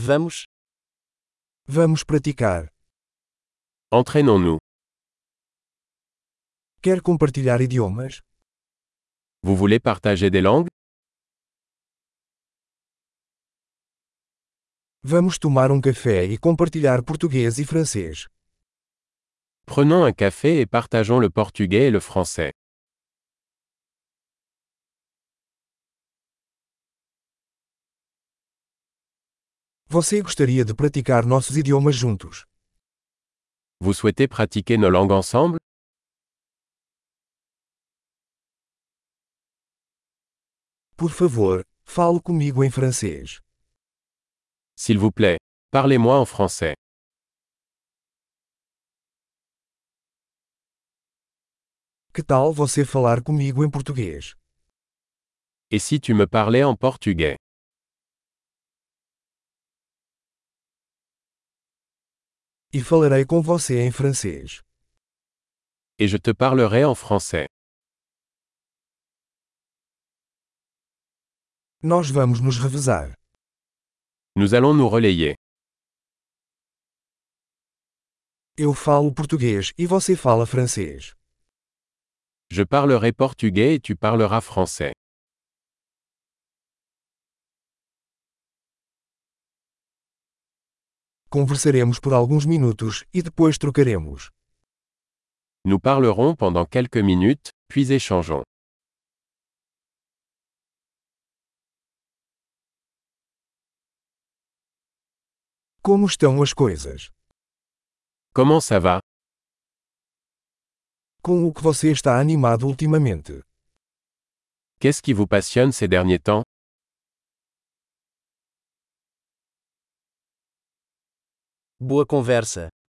Vamos, Vamos praticar. Entraînons-nous. Quer compartilhar idiomas? Vous voulez partager des langues Vamos tomar um café e compartilhar português e francês. Prenons un café et partageons le portugais et le français. Você gostaria de praticar nossos idiomas juntos? Vous souhaitez pratiquer nos langues ensemble Por favor, fale comigo em francês. S'il vous plaît, parlez-moi en français. Que tal você falar comigo em português? Et si tu me parlais en portugais E falarei com você em francês. Et je te parlerai en français. Nós vamos nos revezar. Nous allons nous relayer. Eu falo português e você fala francês. Je parlerai portugais et tu parleras français. Conversaremos por alguns minutos e depois trocaremos. Nous parlerons pendant quelques minutes, puis échangeons. Como estão as coisas? Comment ça va Com o que você está animado ultimamente? Qu'est-ce qui vous passionne ces derniers temps boa conversa.